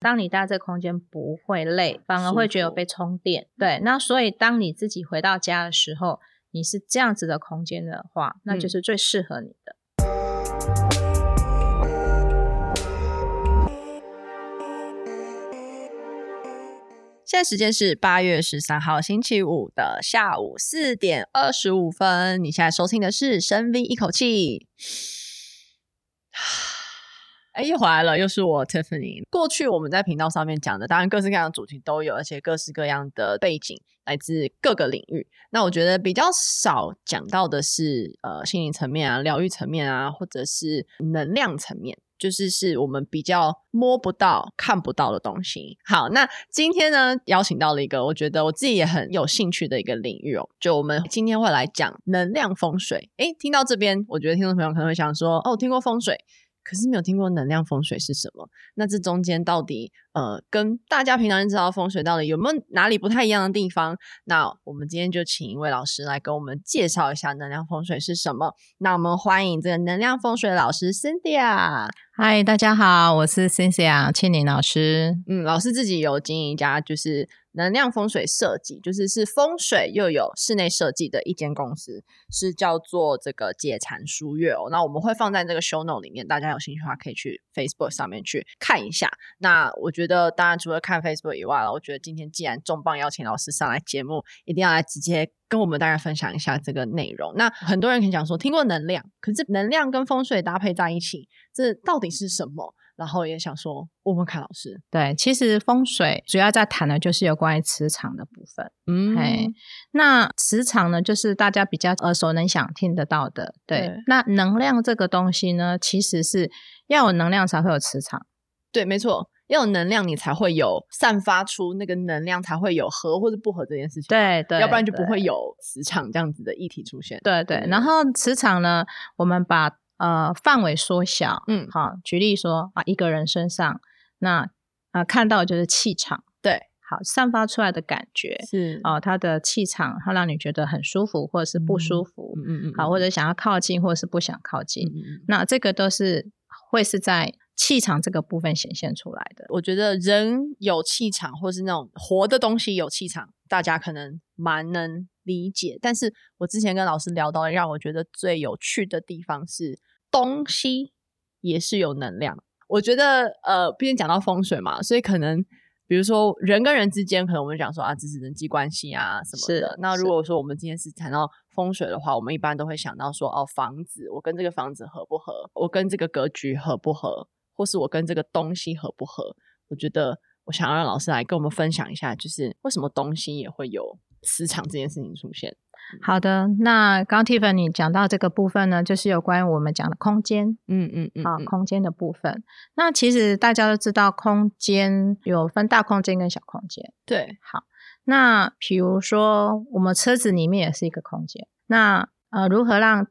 当你待在空间不会累，反而舒会觉得有服嗯被充电。对，那所以当你自己回到家的时候，你是这样子的空间的话，那就嗯是最适合你的。现在时间是八月十三号星期五的下午四点二十五分。你现在收听的是《深 V 一口气》。哎，又回来了，又是我 Tiffany。过去我们在频道上面讲的，当然各式各样的主题都有，而且各式各样的背景来自各个领域。那我觉得比较少讲到的是，呃，心灵层面啊、疗愈层面啊，或者是能量层面，就是是我们比较摸不到、看不到的东西。好，那今天呢，邀请到了一个我觉得我自己也很有兴趣的一个领域哦，就我们今天会来讲能量风水。诶，听到这边，我觉得听众朋友可能会想说，哦，我听过风水。可是没有听过能量风水是什么？那这中间到底呃，跟大家平常知道风水到底有没有哪里不太一样的地方？那我们今天就请一位老师来跟我们介绍一下能量风水是什么。那我们欢迎这个能量风水老师 Cindy 啊，嗨，大家好，我是 Cynthia 庆林老师。嗯，老师自己有经营一家就是能量风水设计，就是是风水又有室内设计的一间公司，是叫做这个解馋书月哦。那我们会放在这个 show note 里面，大家有兴趣的话可以去 Facebook 上面去看一下。那我觉得，当然除了看 Facebook 以外了，我觉得今天既然重磅邀请老师上来节目，一定要来直接跟我们大家分享一下这个内容。那很多人可能讲说，听过能量，可是能量跟风水搭配在一起，这到底是什么？然后也想说问问看老师，对，其实风水主要在谈的就是有关于磁场的部分。嗯哎，那磁场呢，就是大家比较耳熟能详、听得到的。对，对那能量这个东西呢，其实是要有能量才会有磁场。对，没错，要有能量，你才会有散发出那个能量，才会有合或者不合这件事情。，对对，要不然就不对会。有磁场这样子的议题出现。对对，然后磁场呢，我们把呃范围缩小。嗯好，举例说啊，一个人身上，那啊、呃看到的就是气场。对，好，散发出来的感觉。是，哦，他的气场，它让你觉得很舒服，或者是不舒服，嗯嗯嗯，好，嗯或者想要靠近，或者是不想靠近，嗯嗯嗯那这个都是会是在气场这个部分显现出来的。我觉得人有气场，或是那种活的东西有气场，大家可能蛮能理解。但是我之前跟老师聊到，让我觉得最有趣的地方是，东西也是有能量。我觉得，呃，毕竟讲到风水嘛，所以可能比如说人跟人之间，可能我们讲说啊，这是人际关系啊什么的是。那是如果说我们今天是谈到风水的话，我们一般都会想到说，哦，房子，我跟这个房子合不合？我跟这个格局合不合？或是我跟这个东西合不合？我觉得我想要让老师来跟我们分享一下，就是为什么东西也会有磁场这件事情出现。好的，那刚 Tiffany 讲到这个部分呢，就是有关于我们讲的空间嗯嗯嗯啊、嗯空间的部分。那其实大家都知道，空间有分大空间跟小空间。对，那比如说，我们车子里面也是一个空间。那呃，如何让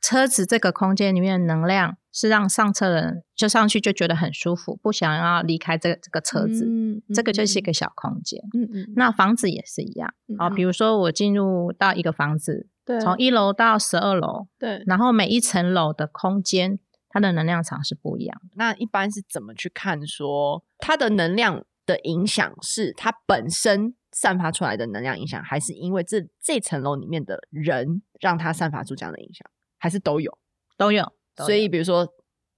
车子这个空间里面的能量是让上车人就上去就觉得很舒服，不想要离开这个这个车子？嗯这个就是一嗯个小空间。嗯嗯，那房子也是一样啊，比如如说我进入到一个房子，嗯对从一楼到十二楼，对，然后每一层楼的空间，它的能量场是不一样的。那一般是怎么去看说它的能量的影响是它本身散发出来的能量影响，还是因为这这层楼里面的人让它散发出这样的影响，还是都有？都有，都所有以比如说，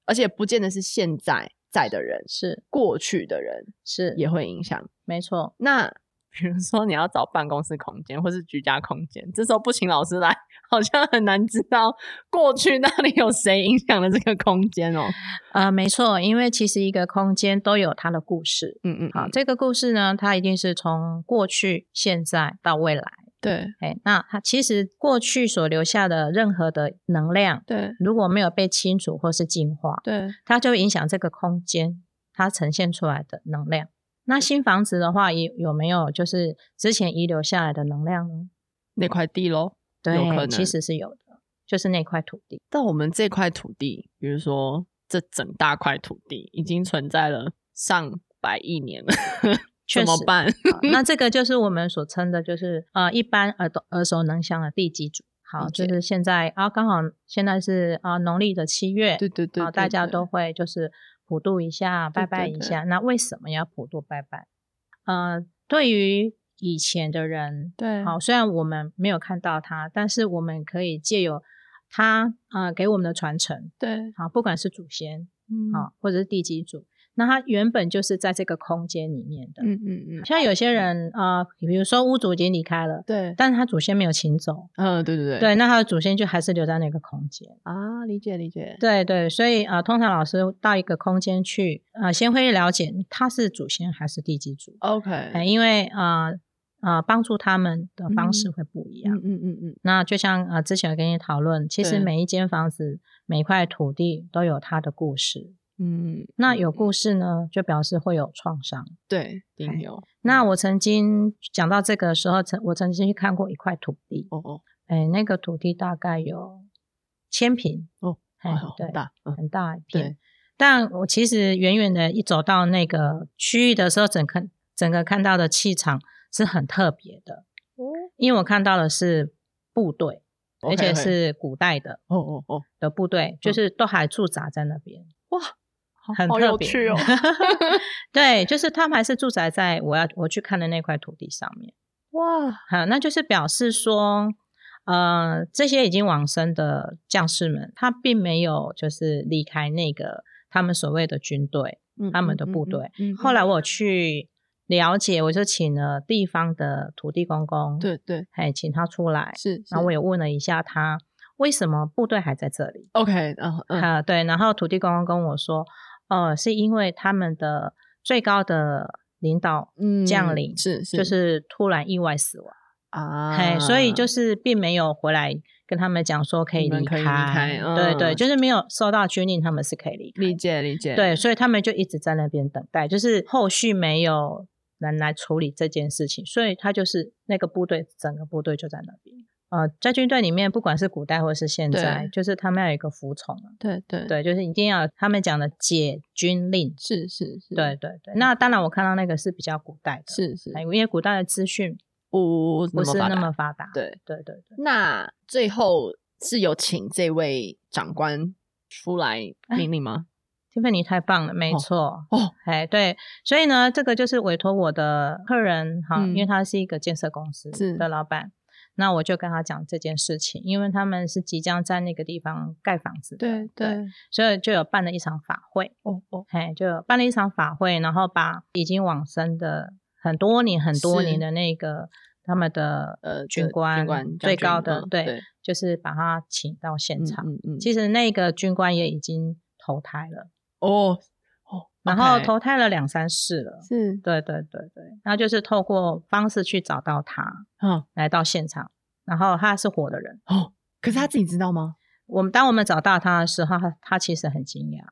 而且不见得是现在在的人，是过去的人是也会影响。没错，那比如说你要找办公室空间或是居家空间，这时候不请老师来， 好像很难知道过去那里有谁影响了这个空间哦。呃，没错，因为其实一个空间都有它的故事。嗯嗯，好，，这个故事呢，它一定是从过去、现在到未来。对哎，那它其实过去所留下的任何的能量，对如果没有被清除或是净化，对，它就会影响这个空间它呈现出来的能量。那新房子的话，也有没有就是之前遗留下来的能量呢？那块地喽。对，有可能其实是有的，就是那块土 地。但我们这块土地，比如说这整大块土地，已经存在了上百亿年了， 确怎么实办？ 好那这个就是我们所称的，就是呃，一般耳朵耳熟能详的地基主。好，理就解是现在啊，刚好现在是啊农历的七月，对对对啊，大对家对都会就是普渡一下，拜拜对一对下。那为什么要普渡拜拜？呃，对于以前的人，对好，虽然我们没有看到他，但是我们可以借由他呃给我们的传承，对，好，不管是祖先嗯好、或者是地基主，那他原本就是在这个空间里面的。嗯嗯嗯，像有些人呃，比如说屋主已经离开了，对，但是他祖先没有请走，嗯，对对对，对，那他的祖先就还是留在那个空间。啊，理解理解，对对，所以呃，通常老师到一个空间去，呃，先会了解他是祖先还是地基主， ，OK，哎，因为呃呃，帮助他们的方式会不一样。嗯嗯嗯嗯，那就像呃之前有跟你讨论，其实对每一间房子、每一块土地都有它的故事。嗯，那有故事呢，就表示会有创伤。对，一定哎有。那嗯我曾经讲到这个时候，曾我曾经去看过一块土地，哦哦哎，那个土地大概有千平，哦，哎哎呦，对很大，嗯，很大一对片。但我其实远远的一走到那个区域的时候，整个整个看到的气场是很特别的，因为我看到的是部队，而 OK，且嘿是古代的哦哦哦，的部队，就嗯是都还驻扎在那边，哇，好很好特有别趣哦， 对，就是他们还是驻扎在我要我去看的那块土地上面。哇，好，那就是表示说，呃，这些已经往生的将士们，他并没有就是离开那个他们所谓的军队。嗯他们的嗯部嗯队嗯嗯后来我有去了解，我就请了地方的土地公公，，对对哎，请他出来。是，然是后我也问了一下他，为什么部队还在这里？ OK，嗯嗯，啊、对。然后土地公公跟我说，呃，是因为他们的最高的领导嗯将领是是就是突然意外死亡，啊，嘿，所以就是并没有回来跟他们讲说可以你们离可以开，离开对对，嗯就是没有收到军令，他们是可以离开的理解理解，对，所以他们就一直在那边等待，就是后续没有人来处理这件事情，所以他就是那个部队，整个部队就在那边。呃，在军队里面，不管是古代或是现在对，就是他们要有一个服从啊，对对，对，就是一定要有他们讲的解军令。是是是，对对对，那当然我看到那个是比较古代的，是是哎，因为古代的资讯不不是发那达么发达。对。对对对，那最后是有请这位长官出来命令吗？天芬妮太棒了，没哦错。哦，哎，对，所以呢，这个就是委托我的客人哈，嗯因为他是一个建设公司是的老板，那我就跟他讲这件事情，因为他们是即将在那个地方盖房子的， 对对，所以就有办了一场法会，哦哦，哎，就有办了一场法会，然后把已经往生的很多年、很多是年的那个他们的呃，军对官军官最高将军的、嗯对，对，就是把他请到现嗯场。嗯嗯，其实那个军官也已经投胎了，哦哦，然后 OK，投胎了两三世了。是对对对对，那就是透过方式去找到他，啊来到现场，然后他是活的人。哦，可是他自己知道吗我们当我们找到他的时候，他他其实很惊讶，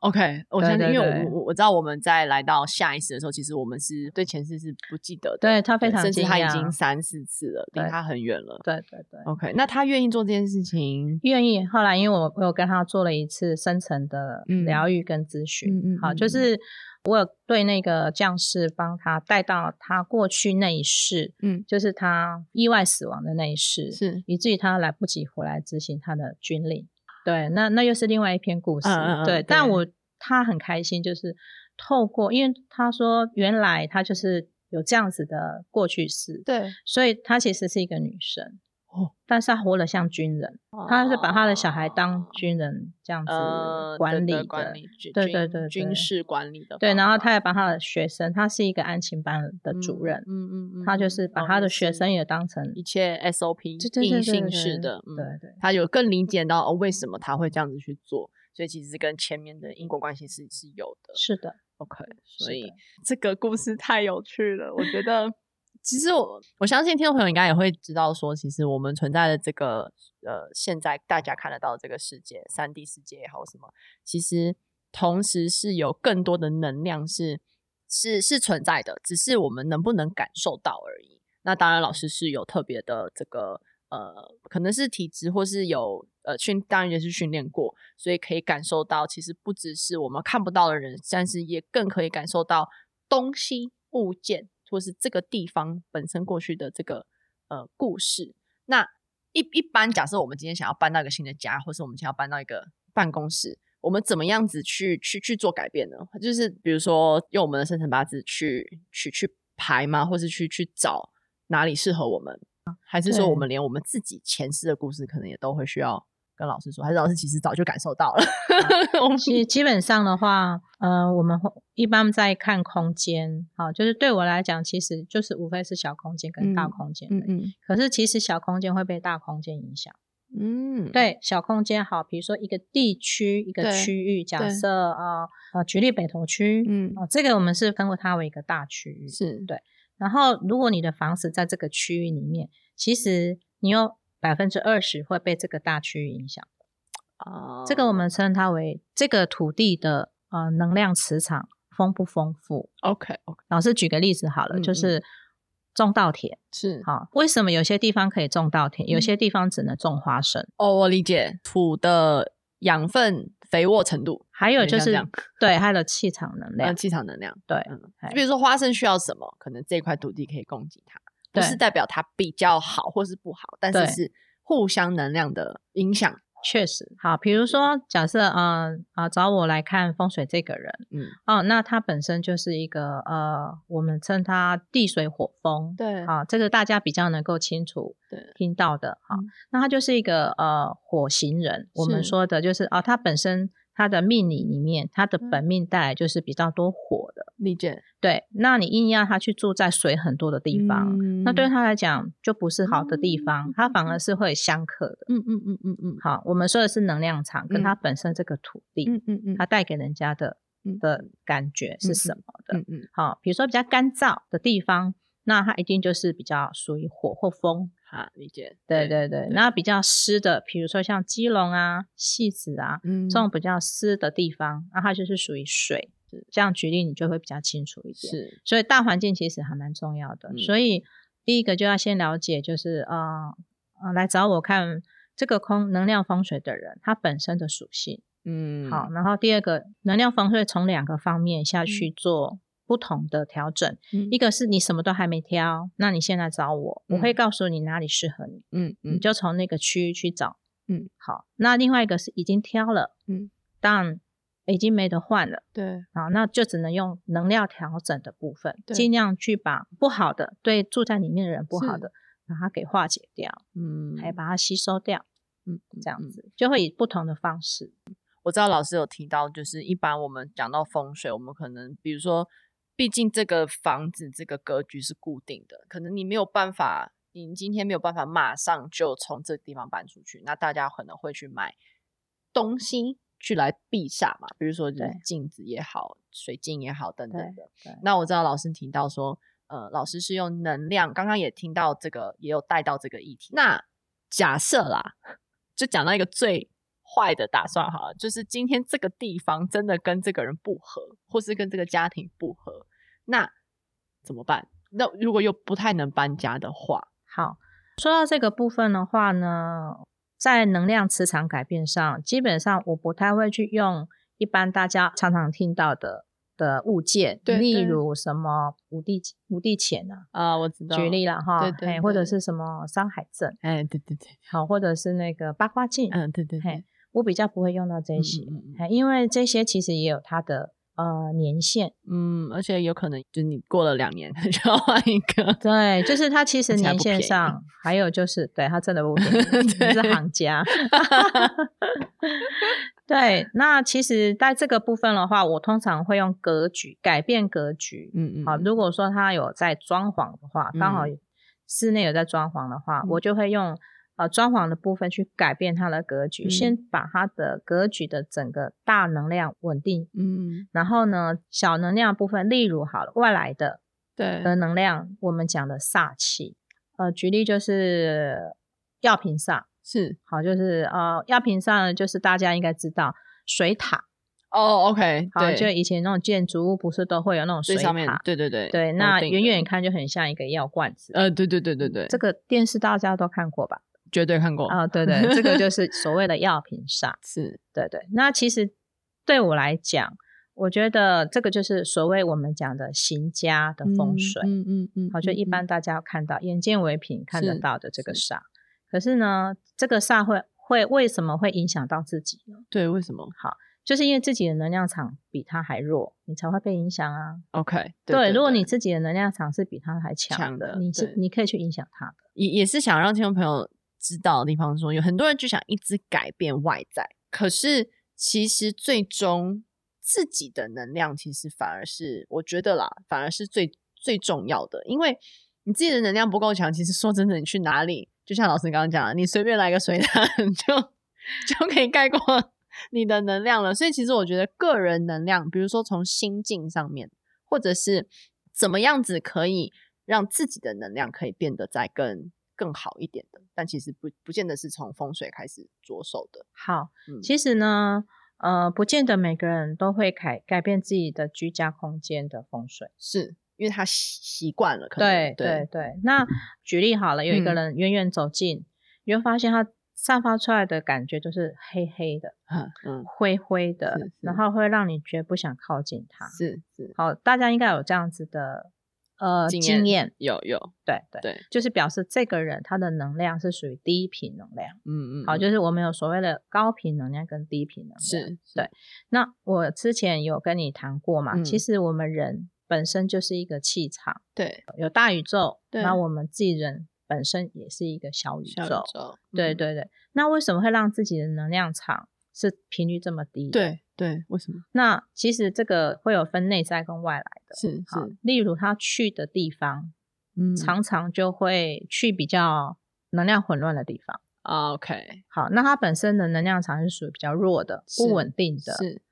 ？OK，我对相信，对因为对我我我知道我们在来到下一世的时候，其实我们是对前世是不记得的，对他非常甚至惊讶。他已经三四次了，离对他很远了。对对对， OK，那他愿意做这件事情，愿意。后来因为我我有跟他做了一次深层的嗯疗愈跟咨询，嗯嗯好，嗯就嗯是我有对那个将士帮他带到他过去那一世，嗯，就是他意外死亡的那一世，是以至于他来不及回来执行他的军令。对，那那又是另外一篇故事。嗯嗯嗯对，对但我他很开心，就是透过，因为他说原来他就是有这样子的过去式，对，所以他其实是一个女生。哦，但是她活得像军人，她是把她的小孩当军人这样子呃管理的的，管理军对军对对对军事管理的对，方然后法她也把她的学生，她是一个安亲班的主任，嗯嗯嗯，她就是把她的学生也当成一切 SOP 对对对硬对性对式对的，嗯对对他有更理解到哦为什么他会这样子去做，所以其实跟前面的因果关系是是有的。是的， OK，所是以的这个故事太有趣了，我觉得。 其实我我相信听众朋友应该也会知道说，其实我们存在的这个呃，现在大家看得到的这个世界，三 D 世界也好什么，其实同时是有更多的能量是是是存在的，只是我们能不能感受到而已。那当然，老师是有特别的这个呃，可能是体质，或是有呃训，当然也是训练过，所以可以感受到，其实不只是我们看不到的人，但是也更可以感受到东西、物件，或是这个地方本身过去的这个呃故事。那一一般，假设我们今天想要搬到一个新的家，或是我们想要搬到一个办公室，我们怎么样子去去去做改变呢？就是比如说用我们的生辰八字去去去排吗？或是去去找哪里适合我们？还是说对我们连我们自己前世的故事，可能也都会需要跟老师说？还是老师其实早就感受到了？我们基基本上的话，呃，我们会一般在看空间，好，就是对我来讲，其实就是无非是小空间跟大嗯空间而已、嗯嗯可是其实小空间会被大空间影响。 嗯，对，小空间好，比如说一个地区、一个对区域，假对设啊呃，举例北投区，嗯哦、这个我们是分为它为一个大区域。是对然后，如果你的房子在这个区域里面，其实你有百分之二十会被这个大区域影响。啊这个我们称它为这个土地的呃能量磁场丰不丰富。 OK OK 老师举个例子好了，嗯就嗯是种稻田，是好、为什么有些地方可以种稻田，嗯有些地方只能种花生？哦，我理解土的养分肥沃程度，还有就有点像这是样对它的气场能呃，量，气场能量。对嗯哎比如说花生需要什么，可能这块土地可以供给它，不对是代表它比较好或是不好，但是对是互相能量的影响。确实好。比如说，假设呃啊找我来看风水这个人，嗯，哦，那他本身就是一个呃，我们称它地水火风，对好、这个大家比较能够清楚对听到的哈、好嗯那他就是一个呃火行人，我们是说的就是哦，他本身他的命理里面，他的嗯本命带来就是比较多火的。理解。对，那你硬要他去住在水很多的地方，嗯那对，他来讲就不是好的地方，嗯他反而是会相克的。嗯嗯嗯嗯嗯，好，我们说的是能量场跟嗯他本身这个土地，嗯嗯嗯它带给人家的嗯的感觉是什么的。嗯嗯，好、比如说比较干燥的地方，那它一定就是比较属于火或风。好，理解。对，对对，那比较湿的，比如说像基隆啊、戏子啊嗯，这种比较湿的地方，那它就是属于水。这样举例你就会比较清楚一点。是所以大环境其实还蛮重要的。嗯所以第一个就要先了解，就是啊、呃呃来找我看这个空能量风水的人，他本身的属性。嗯好，，然后第二个能量风水从两个方面下去做不同的调整，嗯一个是你什么都还没挑，那你现在找我，我会嗯告诉你哪里适合你，嗯你嗯就从那个区域去找。嗯，好，那另外一个是已经挑了，嗯，但已经没得换了。对，好，那就只能用能量调整的部分，对尽量去把不好的对住在里面的人不好是的，把它给化解掉，嗯还把它吸收掉，嗯这样嗯子、就会以不同的方式。我知道老师有提到，就是一般我们讲到风水，我们可能比如说，毕竟这个房子这个格局是固定的，可能你没有办法，你今天没有办法马上就从这个地方搬出去，那大家可能会去买东西去来避煞嘛，比如说就是对镜子也好，水晶也好等等对的。对那我知道老师提到说，呃，老师是用能量，刚刚也听到这个，也有带到这个议题。那假设啦，就讲到一个最坏的打算好了，就是今天这个地方真的跟这个人不合，或是跟这个家庭不合，那怎么办？那如果又不太能搬家的话，好，说到这个部分的话呢，在能量磁场改变上，基本上我不太会去用一般大家常常听到的的物件，对例对如什么五帝五帝钱啊，啊、我知道，举，例了哈，对对嘿或者对是什么伤海证，哎，对对对，好，或者是那个八卦镜，嗯，对对嘿对，，我比较不会用到这些，嗯嗯嗯嘿因为这些其实也有它的呃年限，嗯，而且有可能就你过了两年 就要换一 个，对，就是它其实而且还年不限便宜，上，还有就是，对它真的不便宜 对你是行家。 对，那其实在这个部分的话，我通常会用格局改变格局。嗯嗯，好，嗯如果说它有在装潢的话，刚好室内有在装潢的话，嗯我就会用呃装潢的部分去改变它的格局，嗯先把它的格局的整个大能量稳定。嗯，然后呢，小能量部分，例如好了，外来的对，的能量，我们讲的煞气。呃，举例就是药瓶煞，是，好，就是呃药瓶煞呢，就是大家应该知道水塔，哦，OK，好，对，就以前那种建筑物不是都会有那种水最塔，上面，对对对，对，固那定远的远看就很像一个药罐子。呃，对对对对对，这个电视大家都看过吧？绝对看过，啊、对对，这个就是所谓的药瓶煞。是，对对，那其实对我来讲，我觉得这个就是所谓我们讲的行家的风嗯水。嗯嗯嗯，好，就嗯一嗯般大家要看到，眼见为凭看得是到的这个是煞。可是呢，这个煞会会为什么会影响到自己呢？对，为什么？就是因为自己的能量场比他还弱，你才会被影响啊。 OK，如果你自己的能量场是比他还强强的，的你是对你可以去影响他的。也也是想让听众朋友知道的地方说有很多人就想一直改变外在，可是其实最终自己的能量其实反而是我觉得啦，反而是最最重要的，因为你自己的能量不够强，其实说真的，你去哪里，就像老师刚刚讲的，你随便来个水 塔就就可以盖过。 你的能量了，所以其实我觉得个人能量，比如说从心境上面，或者是怎么样子可以让自己的能量可以变得再更更好一点的，但其实不不见得是从风水开始着手的。好，嗯，其实呢，呃，不见得每个人都会改改变自己的居家空间的风水。是因为他习习惯了，可能对对对。那举例好了，有一个嗯人远远走近，你会发现他散发出来的感觉就是黑黑的、嗯嗯，灰灰的是是，然后会让你觉得不想靠近他。是是好，大家应该有这样子的呃经验经验，有有，对对，对，就是表示这个人他的能量是属于低频能量。嗯嗯，好，嗯就是我们有所谓的高频能量跟低频能量。是对，那我之前有跟你谈过嘛，嗯其实我们人本身就是一个气场，对，有大宇宙，对那我们自己人本身也是一个小宇宙。小宇宙，对嗯对对，那为什么会让自己的能量场是频率这么低？，对对，为什么那其实这个会有分内在跟外来的。是好是，例如他去的地方，嗯常常就会去比较能量混乱的地方。啊 OK 好，那它本身的能量场是属于比较弱的、不是稳定的。是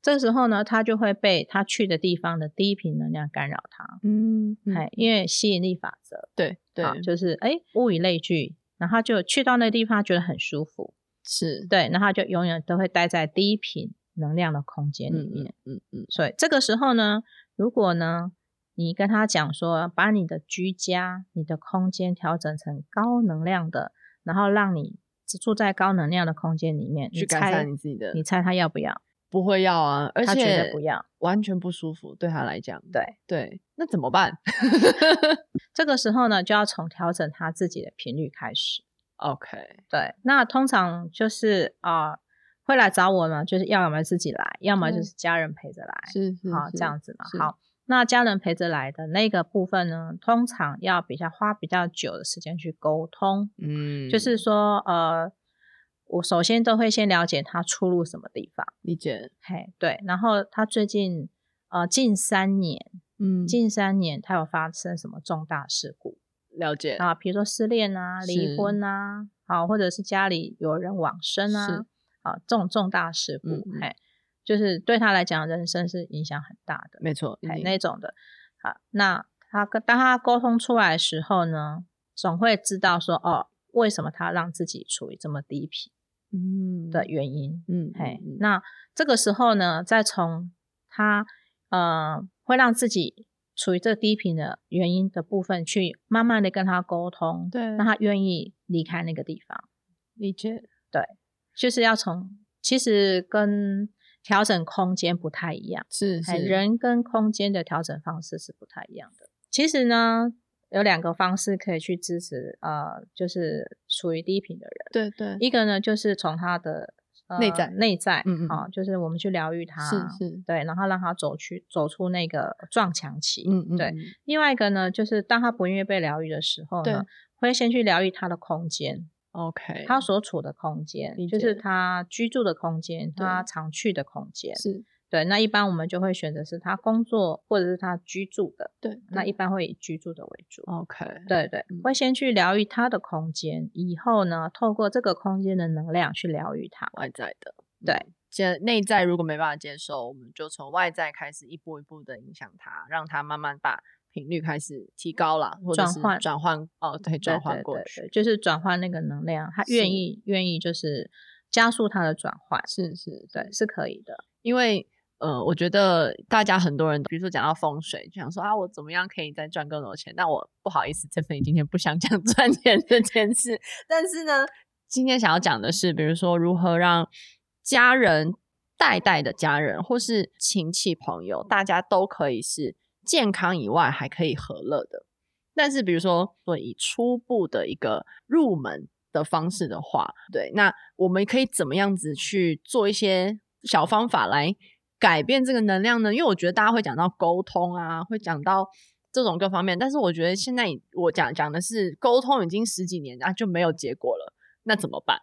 这时候呢，它就会被它去的地方的低频能量干扰它。嗯嗯哎、因为吸引力法则，对对啊就是哎物以类聚，然后它就去到那个地方它觉得很舒服，是对，然后它就永远都会待在低频能量的空间里嗯面。嗯嗯嗯所以这个时候呢，如果呢你跟他讲说，把你的居家、你的空间调整成高能量的，然后让你住在高能量的空间里面，去你改猜善你自己的你猜他要不要？不会要啊，而他绝对且不要。完全不舒服，对他来讲，对，对，那怎么办这个时候呢，就要从调整他自己的频率开始。 ？OK，对，那通常就是啊、会来找我呢，就是要么自己来，要么就是家人陪着来，是嗯是好是这样子嘛。是好，那家人陪着来的那个部分呢，通常要比较花比较久的时间去沟通，嗯，就是说呃，我首先都会先了解他出入什么地方，理解，嘿，对，然后他最近呃近三年，嗯近三年他有发生什么重大事故？了解，啊，比如说失恋啊、离是婚啊，好，或者是家里有人往生啊是，啊，这种重大事故嗯，嗯哎、就是对他来讲，人生是影响很大的，没错，一哎，定那种的，啊，那他跟当他沟通出来的时候呢，总会知道说，哦，为什么他让自己处于这么低频嗯的，原因，嗯，哎、嗯嗯那这个时候呢，再从他呃会让自己处于这低频的原因的部分，去慢慢的跟他沟通，对让他愿意离开那个地方，理解，就是要从其实跟调整空间不太一样，是是哎，人跟空间的调整方式是不太一样的。其实呢。有两个方式可以去支持，呃，就是处于低频的人。对对，一个呢，就是从他的、呃内在内在，嗯嗯啊、就是我们去疗愈他，是是，对，然后让他走去走出那个撞墙期。嗯嗯，对嗯，另外一个呢，就是当他不愿意被疗愈的时候呢对，会先去疗愈他的空间， ，OK，他所处的空间理，就是解他居住的空间，对他常去的空间。是对，那一般我们就会选择是他工作或者是他居住的，对，那对一般会以居住的为主。 OK，对对嗯，会先去疗愈他的空间，以后呢，透过这个空间的能量去疗愈他。外在的，对嗯。接内在如果没办法接受，我们就从外在开始一步一步的影响它，让它慢慢把频率开始提高了，或者转是换转换哦，对，转对换对过对去对，就是转换那个能量，他是愿意愿意就是加速他的转换，是是，对，是可以的。因为呃，我觉得大家很多人，比如说讲到风水，就想说啊，我怎么样可以再赚更多钱？那我不好意思，Tiffany 今天不想 讲赚钱这件事，但是呢，今天想要讲的是，比如说如何让家人代代的家人或是亲戚朋友，大家都可以是健康以外还可以和乐的。但是，比如说，所以初步的一个入门的方式的话，对，那我们可以怎么样子去做一些小方法来改变这个能量呢？因为我觉得大家会讲到沟通啊，会讲到这种各方面，但是我觉得现在我讲讲的是沟通已经十几年啊就没有结果了，那怎么办？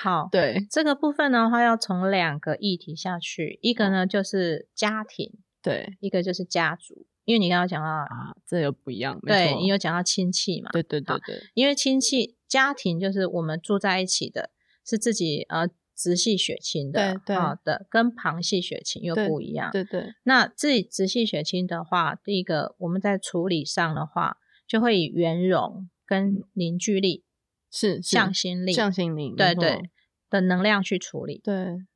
好，对这个部分的话要从两个议题下去，一个呢就是家庭，对一个就是家族，因为你刚刚讲到，啊，这又不一样，没对错你有讲到亲戚嘛，对对对好对，因为亲戚家庭就是我们住在一起的，是自己呃直系血亲的，对对啊的，跟旁系血亲又对不一样。对对那自己直系血亲的话，第一个我们在处理上的话，就会以圆融跟凝聚力、是是向心力，向心力，没对错对的能量去处理。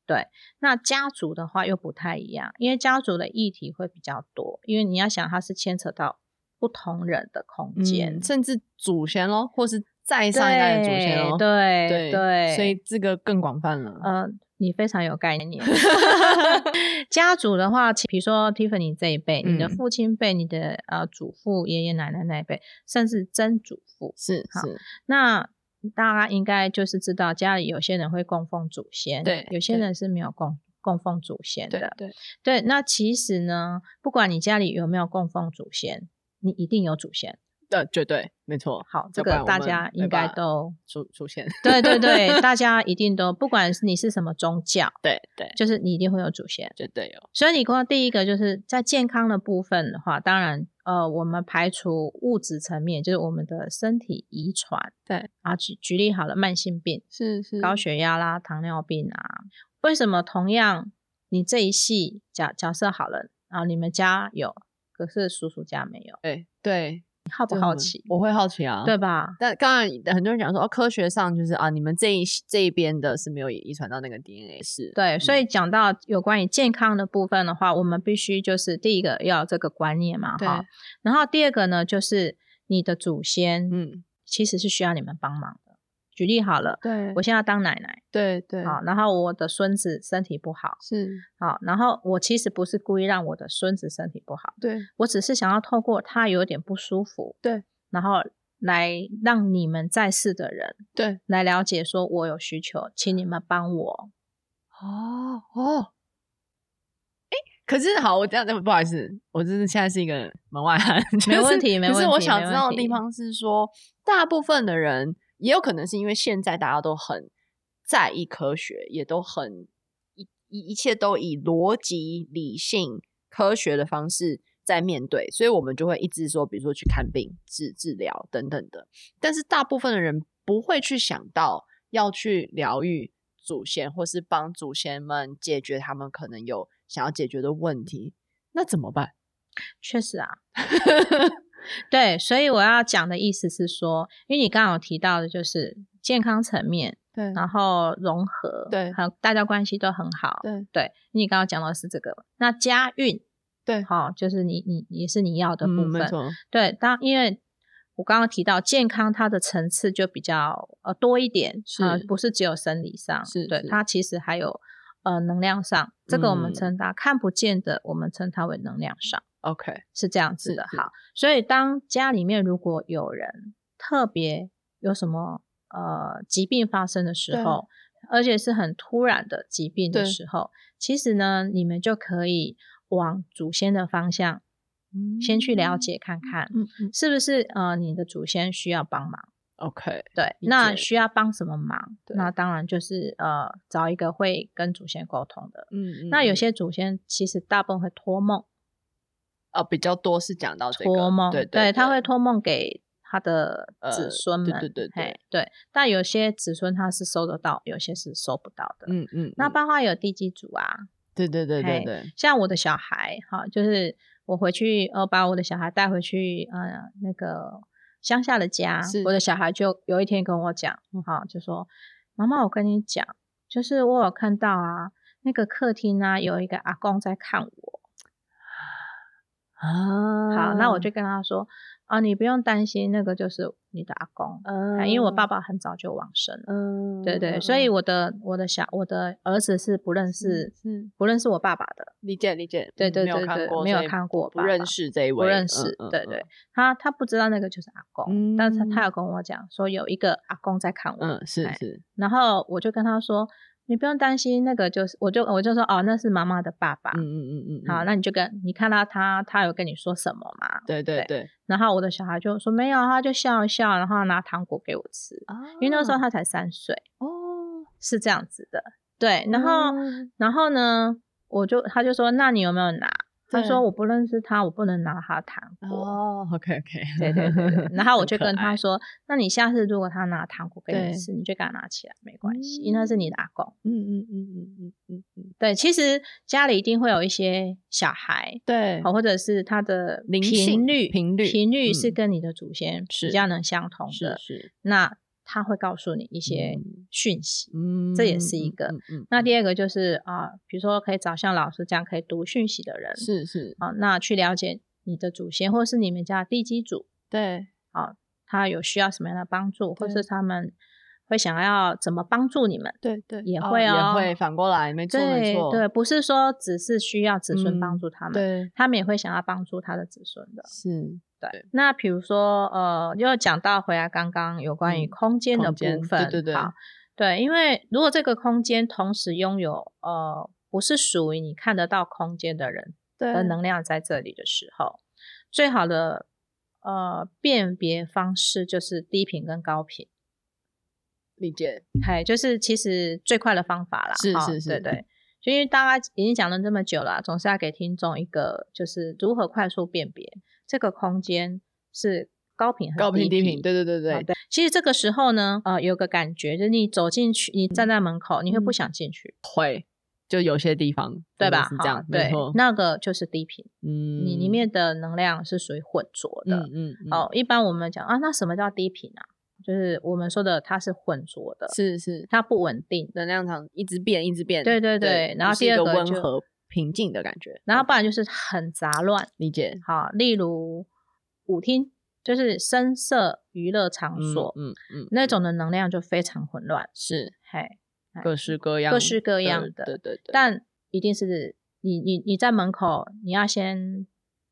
对那家族的话又不太一样，因为家族的议题会比较多，因为你要想它是牵扯到不同人的空间，嗯，甚至祖先咯，或是再上一代的祖先咯，对对对，所以这个更广泛了。呃，你非常有概念。 家族的话，其比如说 Tiffany 这一辈，你的嗯父亲辈、你的呃祖父、爷爷奶奶那一辈，甚至曾祖父，是好是，那大家应该就是知道，家里有些人会供奉祖先，对有些对人是没有供供奉祖先对的，对，对。那其实呢，不管你家里有没有供奉祖先，你一定有祖先。呃，绝对没错。好，这要不然个我大们家没应该办法 都。出出现，对对对，大家一定都，不管是你是什么宗教，对对，就是你一定会有祖先。绝对有。所以你光第一个就是在健康的部分的话，当然呃，我们排除物质层面，就是我们的身体遗传。对啊，举举例好了，慢性病、是是高血压啦、糖尿病啊，为什么同样你这一系假假设好了啊，你们家有，可是叔叔家没有，对对，啊你好不这好很奇？我会好奇啊。对，吧？但刚然很多人讲说，哦，科学上就是啊，你们这一这一边的是没有遗传到那个 DNA 是。对，嗯所以讲到有关于健康的部分的话，我们必须就是第一个要有这个观念嘛，对，哈。然后第二个呢，就是你的祖先，嗯，其实是需要你们帮忙的。举例好了，对我现在要当奶奶，对对，好，然后我的孙子身体不好，是，好，然后我其实不是故意让我的孙子身体不好，对我只是想要透过他有点不舒服，对，然后来让你们在世的人对。来了解，说我有需求，请你们帮我。哦哦，哎，可是好，我这样，不好意思，我真的现在是一个门外汉，就是没问题没可是问我题想没知问道的地题方是说，大部分的人也有可能是因为现在大家都很在意科学，也都很一一一切都以逻辑、理性、科学的方式。在面对，所以我们就会一直说，比如说去看病、治治疗等等的。但是大部分的人不会去想到要去疗愈祖先，或是帮祖先们解决他们可能有想要解决的问题，那怎么办？ 确实啊，对，所以我要讲的意思是说，因为你刚刚有提到的就是健康层面，对然后融合，对还有大家关系都很好，对对。你刚刚讲到的是这个，那家运，对好、就是你你也是你要的部分，嗯，没错，对。当因为我刚刚提到健康，它的层次就比较呃多一点，是呃，不是只有生理上，是对是，它其实还有呃能量上，这个我们嗯称它、看不见的，我们称它为能量上。 ，OK，是这样子是的。是好，所以当家里面如果有人特别有什么呃疾病发生的时对候，而且是很突然的疾病的对时候，其实呢，你们就可以往祖先的方向先去了解看看，嗯，嗯嗯是不是呃你的祖先需要帮忙。 ，OK，嗯对，理那解需要帮什么忙？对那当然就是呃，找一个会跟祖先沟通的。嗯，那有嗯些祖先其实大部分会托梦，哦比较多是讲到这个托梦，对他会托梦给他的呃子孙对们，对对对嘿对。但有些子孙他是收得到，有些是收不到的。嗯嗯，那嗯包括有地基组啊，对对对对嘿对，像我的小孩哈，就是我回去呃把我的小孩带回去呃那个乡下的家是，我的小孩就有一天跟我讲，哈，就说妈妈，我跟你讲，就是我有看到啊，那个客厅啊有一个阿公在看我，啊好，那我就跟他说啊，你不用担心，那个就是你的阿公，啊嗯因为我爸，爸很早就往生了。嗯，对对，嗯所以嗯我的我的小我的儿子是不认识嗯不认识我爸爸的，理解理解，对嗯对没有对看对过，没有所以看过不爸认爸识这一不位，认嗯识，嗯对嗯对，他他不知道那个就是阿公，嗯但是他有跟我讲说有一个阿公在看我，嗯，是哎是，然后我就跟他说，你不用担心那个，就是我就我就说哦，那是妈妈的爸爸。嗯嗯嗯嗯，好，那你就跟你看到他，他有跟你说什么吗？对对对，然后我的小孩就说没有，他就笑一笑，然后拿糖果给我吃，因为那时候他才三岁，哦，是这样子的。对，然后、然后呢，我就他就说那你有没有拿？他对说我不认识他，我不能拿他糖果。哦，OK OK，对对对 对，然后我就跟他说，说，那你下次如果他拿糖果给对你吃，你就给他拿起来，没关系，因为那是你的阿公。嗯嗯嗯嗯嗯嗯嗯，对，其实家里一定会有一些小孩，哦对，好，或者是他的灵性频率频率频率嗯是跟你的祖先是比较能相同是的，是，那他会告诉你一些嗯讯息。嗯，这也是一个嗯嗯，那第二个就是啊、比如说可以找像老师这样可以读讯息的人，是是，啊、那去了解你的祖先或是你们家的地基组，对，他有需要什么样的帮助，或对是他们会想要怎么帮助你们。对对，也哦会哦也会反过来，没错没对错，对，不是说只是需要子孙帮嗯助他们，对他们也会想要帮助他的子孙的。是对对，那比如说呃，又讲到回来刚刚有关于嗯空间的空部间对分，对对好对，因为如果这个空间同时拥有呃不是属于你看得到空间的人对的能量在这里的时候，最好的呃辨别方式就是低频跟高频。理解，嗨，就是其实最快的方法啦。是哈是是对对。就因为大家已经讲了这么久了啊，总是要给听众一个就是如何快速辨别这个空间是高频还是高频低低频，对对对啊对，对。其实这个时候呢，呃，有个感觉就是你走进去，你站在门口，你会不嗯想进去，会就有些地方对真的吧？是这哈样，没对错，，那个就是低频，嗯，你里面的能量是属于混浊嗯的。嗯嗯哦，一般我们讲啊，那什么叫低频啊？就是我们说的它是混浊的，是是，它不稳定。能量场一直变一直变，对对对然后不是第一二个个温就和平静的感觉，嗯然后不然就是很杂乱，理解，好，例如舞厅，就是声色娱乐场嗯所、嗯嗯，那种的能量就非常混乱，是嘿，哎各式各样，各式各样的，对对对，但一定是你你你在门口，你要先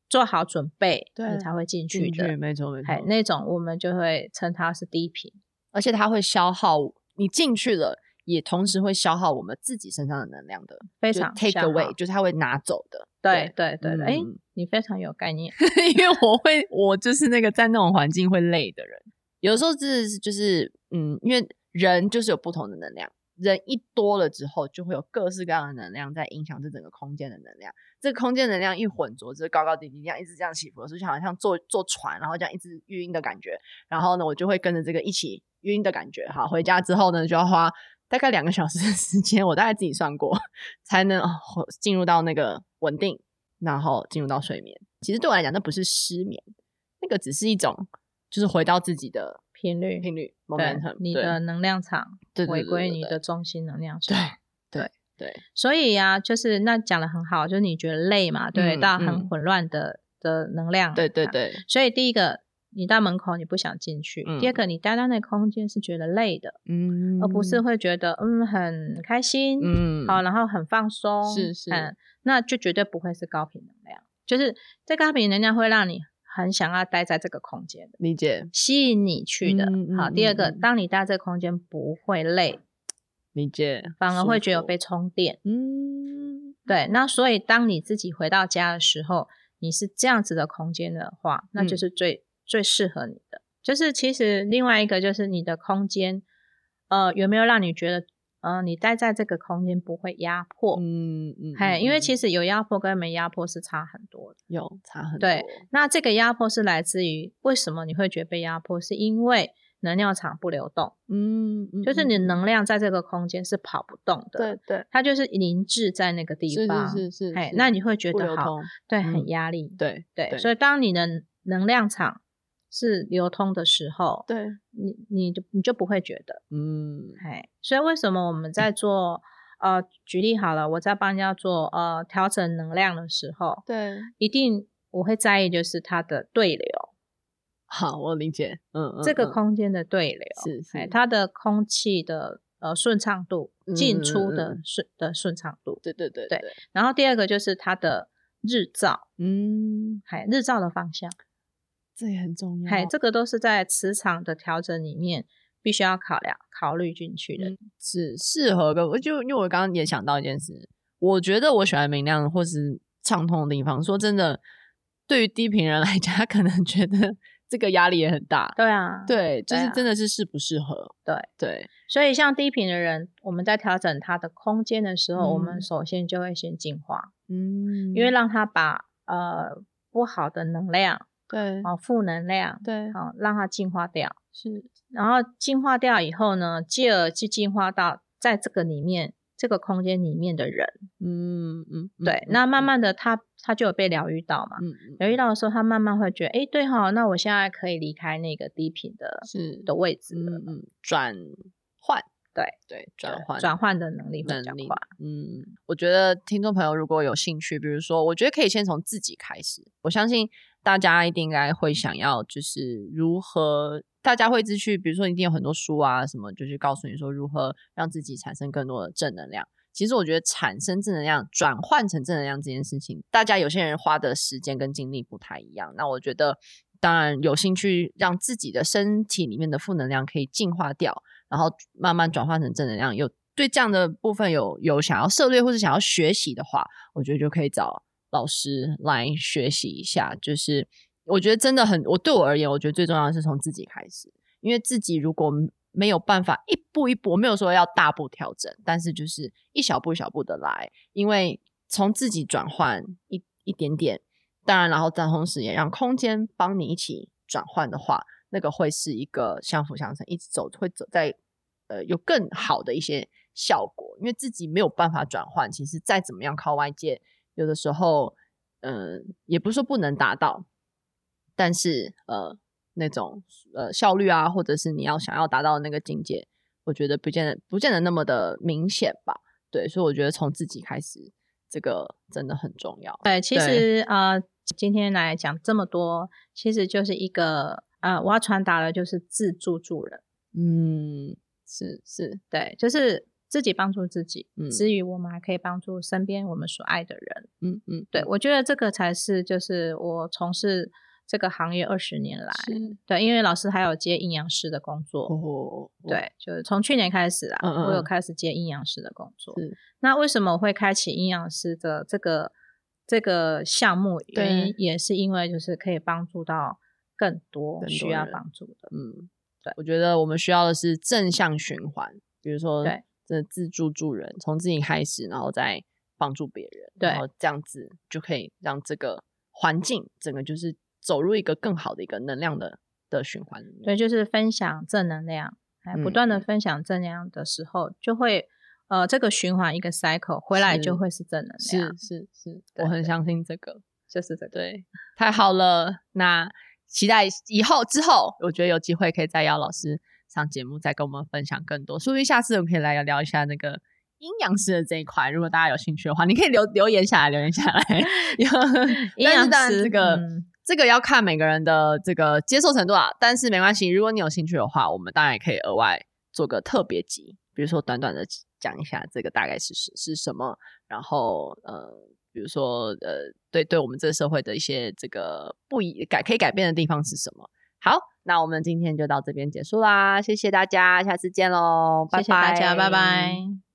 做好准备，对你才会进去进去的，没错没错嘿，，那种我们就会称它是低频，哎而且它会消耗你进去了。也同时会消耗我们自己身上的能量的，非就常 take 消耗 away，就是它会拿走的。对对对对，哎、嗯你非常有概念， 因为我会，我就是那个在那种环境会累的人。有时候就是就是，嗯，因为人就是有不同的能量，人一多了之后，就会有各式各样的能量在影响这整个空间的能量。这个空间能量一混浊，就是高高低低这样一直这样起伏的时候，就好像坐坐船，然后这样一直晕晕的感觉。然后呢，我就会跟着这个一起晕的感觉。好，回家之后呢，就要花大概两个小时的时间，我大概自己算过，才能哦进入到那个稳定，然后进入到睡眠。其实对我来讲，那不是失眠，那个只是一种，就是回到自己的频率，频率对 momentum，，你对的能量场对对回对归对你对的中心能量对场。对所以呀、就是那讲的很好，就是你觉得累嘛，对，嗯到嗯很混乱的、的能量，对对啊。对，所以第一个，你到门口你不想进去；第二个，你待在那空间是觉得累的，嗯而不是会觉得嗯很开心，嗯好，然后很放松，是是嗯，那就绝对不会是高频能量，就是这高频能量会让你很想要待在这个空间的。理解吸引你去的，嗯嗯好。第二个，嗯嗯当你待这个空间不会累，理解，反而舒会觉得有服被充电。嗯对，那所以当你自己回到家的时候，你是这样子的空间的话，那就嗯是最、最适合你的。就是其实另外一个就是你的空间，呃，有没有让你觉得，呃，你待在这个空间不会压迫？嗯嗯，嘿，因为其实实有压迫跟没压迫是差很多的。有差很对多，那这个压迫是来自于为什么你会觉得被压迫？是因为能量场不流动，嗯，嗯就是嗯你嗯能量在这个空间是跑不动的，对对，它就是凝滞在那个地是方。是是是，哎，是那你会觉不得流好，通，对，嗯很压力。对对对所以当你的能量场是流通的时候，对，你你就你就不会觉得，嗯哎，所以为什么我们在做、呃，举例好了，我在帮人家做呃调整能量的时候，对，一定我会在意就是它的对流，好，我理解，嗯嗯，这个嗯空间的对流，是是哎，它的空气的呃顺畅度，嗯进嗯出嗯的嗯顺的顺畅度，对对对对，然后第二个就是它的日照，嗯，哎，日照的方向。这也很重要，嗨，这个都是在磁场的调整里面必须要考量考虑进去嗯的。只适合跟我就因为我刚刚也想到一件事，我觉得我喜欢明亮或是畅通的地方。说真的，对于低频人来讲，他可能觉得这个压力也很大。对啊，对，就对是啊真的是适不适合。对对，所以像低频的人，我们在调整他的空间的时候，嗯我们首先就会先净化，嗯因为让他把呃不好的能量对啊、负能量，对好、让它净化掉。是然后净化掉以后呢，继而去净化到在这个里面这个空间里面的人。嗯嗯嗯对，嗯那慢慢的他他就有被疗愈到嘛。嗯嗯疗愈到的时候，他慢慢会觉得，哎，对哈、那我现在可以离开那个低频的是的位置了嗯，嗯转换对对对转换转换的能力会能比较力快。。嗯，我觉得听众朋友如果有兴趣，比如说，我觉得可以先从自己开始。我相信大家一定应该会想要，就是如何。大家会自去，比如说一定有很多书啊，什么就是告诉你说如何让自己产生更多的正能量。其实我觉得产生正能量、转换成正能量这件事情，大家有些人花的时间跟精力不太一样。那我觉得，当然有兴趣让自己的身体里面的负能量可以净化掉，然后慢慢转化成正能量。有对这样的部分有有想要涉猎或者想要学习的话，我觉得就可以找老师来学习一下。就是我觉得真的很，我对我而言，我觉得最重要的是从自己开始，因为自己如果没有办法一步一步，我没有说要大步调整，但是就是一小步一小步的来，因为从自己转换一一点点，当然，然后但同时也让空间帮你一起转换的话，那个会是一个相辅相成，一直走会走在呃有更好的一些效果，因为自己没有办法转换，其实再怎么样靠外界，有的时候呃也不是说不能达到，但是呃那种呃效率啊，或者是你要想要达到的那个境界，我觉得不见得不见得那么的明显吧。对，所以我觉得从自己开始，这个真的很重要。对，其实呃，今天来讲这么多，其实就是一个呃，我要传达的就是自助助人，嗯，是是，对，就是自己帮助自己，嗯之余我们还可以帮助身边我们所爱的人。嗯嗯，对，我觉得这个才是就是我从事这个行业二十年来，是对，因为老师还有接营养师的工作。哦，对，就是从去年开始啊，嗯嗯我有嗯开始接营养师的工作是。那为什么我会开启营养师的这个这个项目？原因也是因为就是可以帮助到更多更需多要人帮助的。嗯，对我觉得我们需要的是正向循环，比如说对，真的自助助人，从自己开始，然后再帮助别人，然对后这样子就可以让这个环境整个就是走入一个更好的一个能量的的循环里面。对，就是分享正能量，哎，不嗯断的嗯分享正能量的时候，就会呃这个循环一个 cycle 回来就是会是正能是量，是是，对我很对相信这个。就是这个。对，太好了，那期待以后之后，我觉得有机会可以再邀老师上节目，再跟我们分享更多。说不定下次我们可以来聊聊一下那个阴阳师的这一块。如果大家有兴趣的话，你可以留留言下来，留言下来。 有阴阳但是师这个、嗯这个要看每个人的这个接受程度啊，但是没关系，如果你有兴趣的话，我们当然也可以额外做个特别集，比如说短短的讲一下这个大概是是是什么，然后呃，比如说呃，对对我们这个社会的一些这个不一改可以改变的地方是什么。好，那我们今天就到这边结束啦，谢谢大家，下次见喽，谢谢大家，拜拜